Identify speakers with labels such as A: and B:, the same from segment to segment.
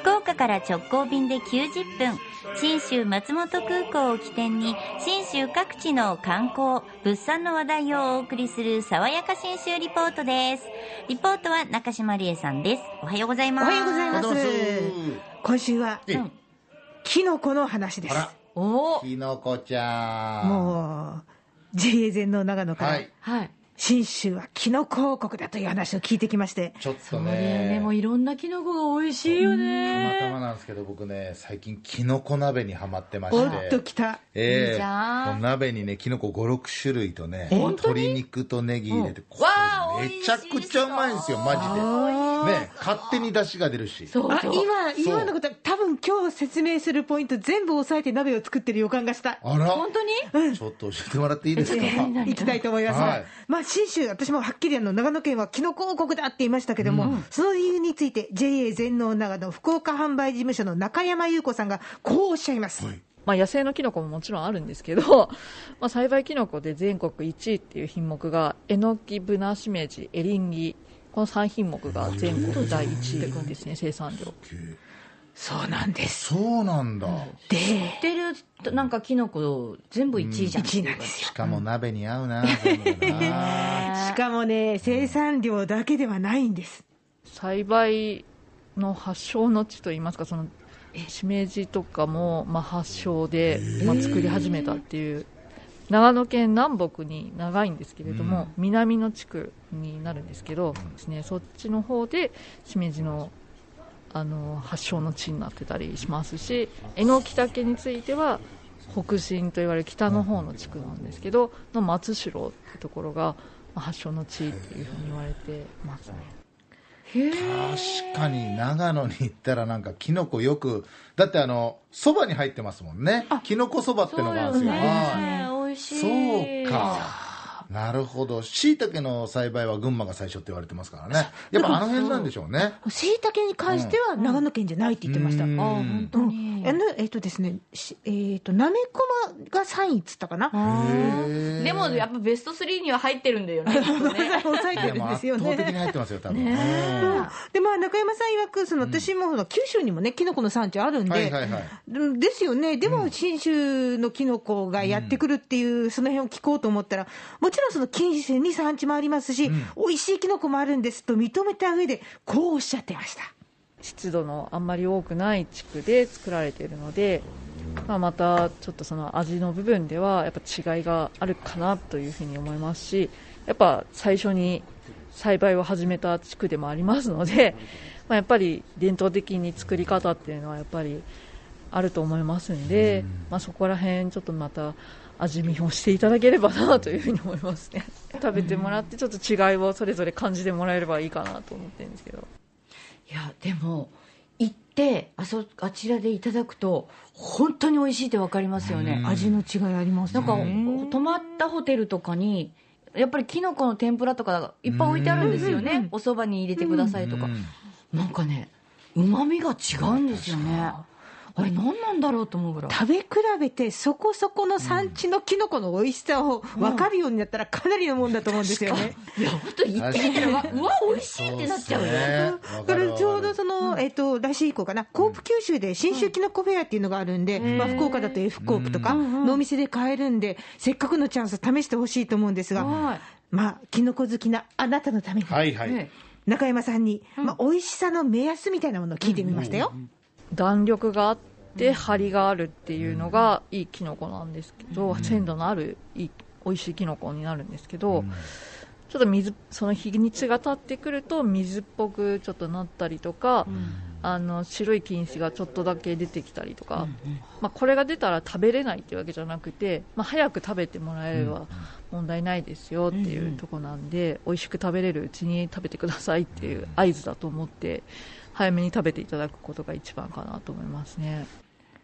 A: 福岡から直行便で90分、新州松本空港を起点に、新州各地の観光、物産の話題をお送りする、爽やか新州リポートです。リポートは中島理恵さんです。おはようござい
B: お
A: ます。
B: はようございます
C: どうぞ。
B: 今週は
C: え
A: うん
B: キノコの話で
C: あ
B: す
C: ら、
A: おお
C: きのこちゃん。
B: もう JA 全農長野か
C: は
B: ら
C: い。
D: はい。
B: 信州はキノコ王国だという話を聞いてきまして
C: ちょっ
D: そ
C: と
D: うね。
C: ね。
D: もういろんなキノコが美味しいよ
C: たまた
D: ね。
C: まなんですけど、僕ね、最近、きのこ鍋にハマってま
B: お
C: し。
B: ってときた
C: え
D: いいじゃん
C: もう鍋にね、きのこ5、6種類とね、
D: 本当に
C: 鶏肉とネギ入れて、こ
D: わあ
C: れめちゃくちゃうまいんですよ、マジで。ね、勝手に出汁が出るし。
D: そう
B: あ
D: そう。
B: 今
C: そう
B: 今のことは多分今日説明するポイント全部押さえて鍋を作ってる予感がした
C: あら、
D: 本当に
C: ちょっと教えてもらっていいですか
B: いきたいと思います、
C: はい
B: まあ信州私もはっきりあの長野県はキノコ王国だって言いましたけども、その理由について JA 全農長野福岡販売事務所の中山優子さんがこうおっしゃいます、
C: はい
E: まあ、野生のキノコももちろんあるんですけど、 まあ、栽培キノコで全国1位っていう品目がえのき、ブナシメジ、エリンギこの3品目が全国第1位ですね生産量
B: そうなんです
C: そうなんだ。
B: で
D: 知ってる、なんかキノコ全部1位じゃん。
B: 1位なんですよ
C: しかも鍋に合う な、そういうのな
B: しかもね生産量だけではないんです
E: 栽培の発祥の地といいますかそのしめじとかも、まあ、発祥で、まあ、作り始めたっていう長野県南北に長いんですけれども、南の地区になるんですけど、ですね、そっちの方でしめじのあの発祥の地になってたりしますしえのきたけについては北進といわれる北の方の地区なんですけどの松代ってところがまあ発祥の地っていうふうに言われてますね。
C: 確かに長野に行ったらなんかキノコよくだってあのそばに入ってますもんねキノコそばってのがあるんですよはい
D: ね。美味しい。
C: そう。かなるほどしいたけの栽培は群馬が最初って言われてますからねやっぱあの辺なんでしょうね
B: しいたけに関しては長野県じゃないって言ってました、
C: うん
D: あ、本当
B: うん、
D: に
B: あ。のえっ、とですね、しえっ、と、なめこまが3位っつったかな、
C: へー
D: でもやっぱベスト3には入ってるんだよね。
B: 抑えて
C: いや
B: る
C: も
B: ん
C: う
B: です
C: 圧
B: よ
C: 倒的に
B: ね。
C: 入ってますよ多分、
B: うんで、まあ、中山さん曰く、その私もほら九州にもね、キノコの産地あるん
C: うん
B: で、
C: はいはいはい
B: うんですよね、でも信州のキノコがやってくるっていう、その辺を聞こうと思ったら、もちろんその近州に産地もありますし、美味しいキノコもあるんですと認めた上で、こうおっしゃってました。
E: 湿度のあんまり多くない地区で作られているので、まあ、またちょっとその味の部分ではやっぱ違いがあるかなというふうに思いますしやっぱ最初に栽培を始めた地区でもありますので、まあ、やっぱり伝統的に作り方っていうのはやっぱりあると思いますんで、まあ、そこら辺ちょっとまた味見をしていただければなというふうに思いますね食べてもらってちょっと違いをそれぞれ感じてもらえればいいかなと思ってるんですけど
D: いや、でも、行って、あそ、あちらでいただくと、本当に美味しいってわかりますよね。味
B: 味の違いあります
D: なんか、
C: う
D: 泊まったホテルとかに、やっぱりキノコの天ぷらとかいっぱい置いてあるんですよね。お蕎麦に入れてくださいとか。なんかね、旨味が違うんですよね。あれ何なんだろうと思うぐらい。
B: 食べ比べてそこそこの産地のキノコの美味しさを分かるようになったらかなりのもんだと思うんですよね。
D: いや、本当行ってみたら、うわ、うわ美味しいってなっちゃうよ。
C: そうっすねわ
B: だ
C: か
B: か
C: る
B: ら
C: わかる
B: ちょうどその、えっと来週以降かな、甲府九州で新州キノコフェアっていうのがあるんで、まあ、福岡だと F 甲府とかのお店で買えるんで、せっかくのチャンス試してほしいと思うんですが、
D: は
B: まあ、キノコ好きなあなたのために、
C: はいはい、
D: い。ね
B: 中山さんに、まあ、美味しさの目安みたいなものを聞いてみましたよ。
E: 弾力があって張りがあるっていうのがいいキノコなんですけど、鮮度のあるいい美味しいキノコになるんですけど、ちょっと水その日にちが経ってくると水っぽくちょっとなったりとか、あの白い菌糸がちょっとだけ出てきたりとか、まあ、これが出たら食べれないっていうわけじゃなくて、まあ、早く食べてもらえれば問題ないですよっていうとこなんで、美味しく食べれるうちに食べてくださいっていう合図だと思って早めに食べていただくことが一番かなと思いますね。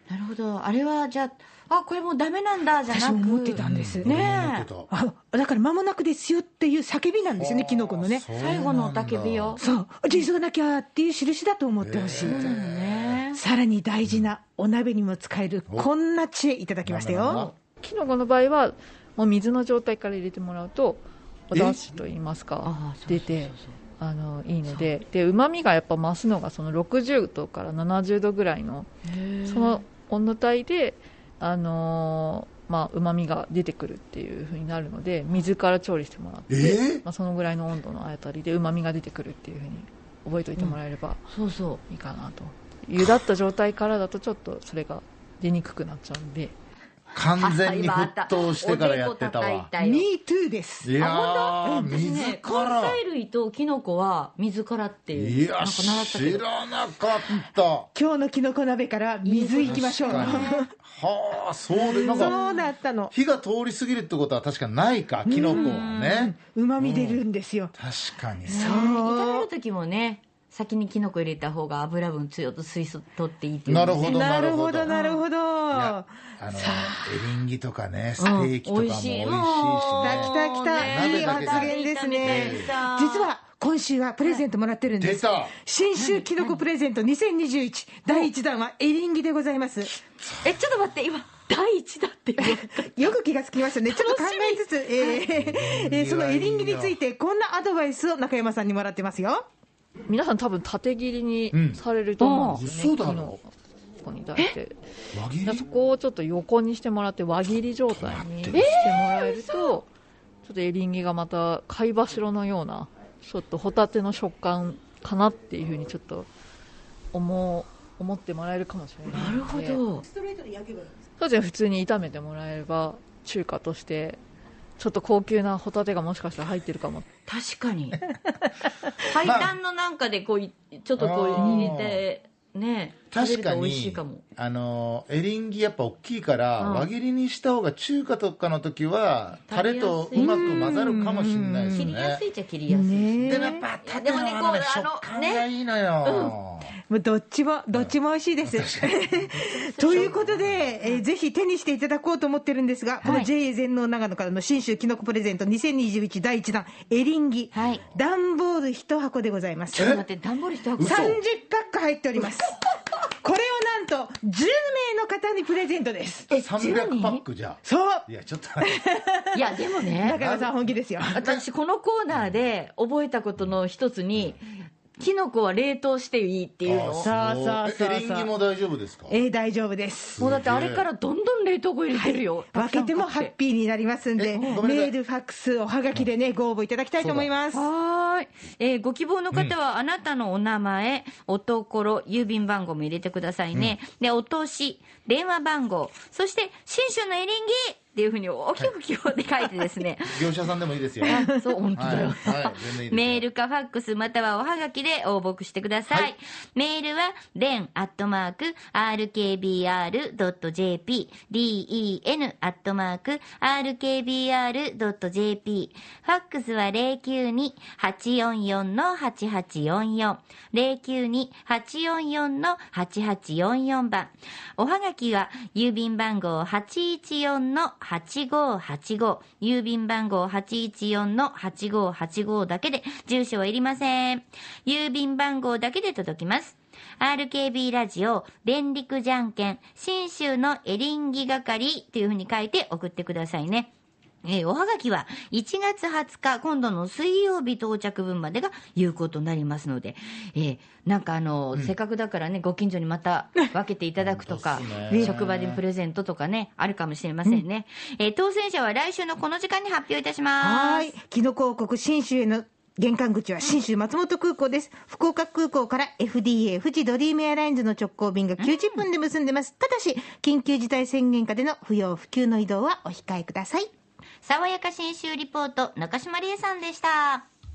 D: なるほど。あれは、じゃあ、あ、これもうダメなんだ、じゃなく
B: 私も思ってたんです。
C: ね
D: ねえ
B: あだから間もなくですよっていう叫びなんですよね、キノコのね。
D: 最後のおたけびよ。
B: そう、急がなきゃっていう印だと思ってほしい。
D: ね
B: さらに大事なお鍋にも使える
C: お
B: こんな知恵いただきましたよ。
E: キノコの場合はもう水の状態から入れてもらうとお出汁といいますか
D: あそうそうそうそう
E: 出てあのいいのでで旨味がやっぱ増すのがその60度から70度ぐらいのその温度帯であのーまあ旨味が出てくるっていう風になるので水から調理してもらって、
C: えー
E: まあ、そのぐらいの温度のあたりで旨味が出てくるっていう風に覚えておいてもらえれば
D: そうそう
E: いいかなと、湯だった状態からだとちょっとそれが出にくくなっちゃうんで
C: 完全に沸騰してからやってたわ。
B: ミートゥーです
C: い。やー、水から。
D: 根菜類とキノコは水からっていう
C: いや、知らなかった。
B: 今日のキノコ鍋から水いきましょう。
C: 確かにはあ、そうで、なん
B: そ
C: か、
B: うだったの。
C: 火が通り過ぎるってことは確かないか、キノコはね。
B: うまみ出るんですよ。
C: 確かに。
D: そう炒める時もね先にキノコ入れた方が油分強と水素取っていいっていう
C: なるほど、
B: な
C: な
B: る
C: る
B: ほ
C: ほ
B: ど、
C: ど。
B: なるほど。
C: あの、エリンギとかね、ステーキとかも美味しいし
B: 来
C: ね。
B: た来た。いい発言ですね。実は、今週はプレゼントもらってるんで
C: 出
B: す。
C: た
B: 新州キノコプレゼント2021第1弾はエリンギでございます。
D: えちょっと待って今第一だって言われた
B: よく気がつきましたね。ちょっと考えつつ、えーえーそのエリンギについてこんなアドバイスを中山さんにもらってますよ。
E: 皆さん多分縦切り
C: うん
E: にされると思うんですよね、
C: ああ嘘だ
E: 木
C: ろ
E: のここに対して
C: 輪切
E: で
C: り
E: そこをちょっと横にしてもらって輪切り状態にしてもらえると、ちょっとエリンギがまた貝柱のようなちょっとホタテの食感かなっていうふうにちょっと思う思ってもらえるかもしれない
D: なるほ
E: ど
D: ど
E: そうですね普通に炒めてもらえれば中華としてちょっと高級なホタテがもしかしたら入ってるかも
D: 確 かに白湯のなんかでこういちょっとこう入れてね
C: 確
D: 食べる
C: か
D: と美味しい
C: に
D: かも
C: あのエリンギやっぱ大きいから、
D: うん
C: 輪切りにした方が中華とかの時はタ
D: 食べ
C: レ
D: やすい
C: とうまく混ざるかもしれないです
D: 切りや
C: ね
D: すいっちゃ切りやすいしね
C: でもやっぱ
D: いや
C: 縦の
D: でもね
C: はね
D: こうあの
C: 食感がいいのよ、
B: もうどっちも、どっちも美味しいです。ということで、えーぜひ手にしていただこうと思ってるんですが、この JA 全農長野からの信州きのこプレゼント2021第1弾、エリンギ、
A: はい
B: 段ボール1箱でございます。
D: ちょっと待って段ボールして
B: 30パック入っております。これをなんと10名の方にプレゼントです。
C: 300パックじゃ
B: そう
C: いやちょっと待って
D: いやでも
B: 中
D: ね
B: 山さん本気ですよ。
D: 私このコーナーで覚えたことの一つにキノコは冷凍していいっていうのを
B: さあさあさあ
C: えエリンギも大丈夫ですか
B: えー大丈夫です。
D: もうだってあれからどんどん冷凍庫入れてるよ、
B: 分けてもハッピーになりますん
C: え
B: で、メ
C: ごめんなさい
B: ール、ファックス、おはがきでね、ご応募いただきたいと思います。
A: はーい、えーご希望の方はあなたのお名前、おところ郵便番号も入れてくださいね、でお年電話番号そして新種のエリンギっていうふうに大きく 希望で書いてですね、
C: 業者さんでもいいですよ
D: そう 本当
C: はい、
D: だよ、
C: はい、全然いいです
A: メールかファックスまたはおはがきで応募してください。
C: はい
A: メールは、den アットマーク rkbr.jp、den アットマーク rkbr.jp、ファックスは092-844-8844、092-844-8844番。おはがきは、郵便番号814-8585、郵便番号814-8585だけで、住所はいりません。郵便番号だけで届きます。RKB ラジオ、連陸じゃんけん、新州のエリンギ係というふうに書いて送ってくださいね。えーおはがきは1月20日、今度の水曜日到着分までが有効となりますので、えーなんかあの、せっかくだからね、ご近所にまた分けていただくとか
C: 本当っす、ね
A: 職場でプレゼントとかね、あるかもしれませんね。えー当選者は来週のこの時間に発表いたします。
B: はい。キノコ王国新州への玄関口は新州松本空港です。福岡空港から FDA 富士ドリームエアラインズの直行便が90分で結んでます。ただし、緊急事態宣言下での不要不急の移動はお控えください。
A: 爽やか新州リポート、中島理恵さんでした。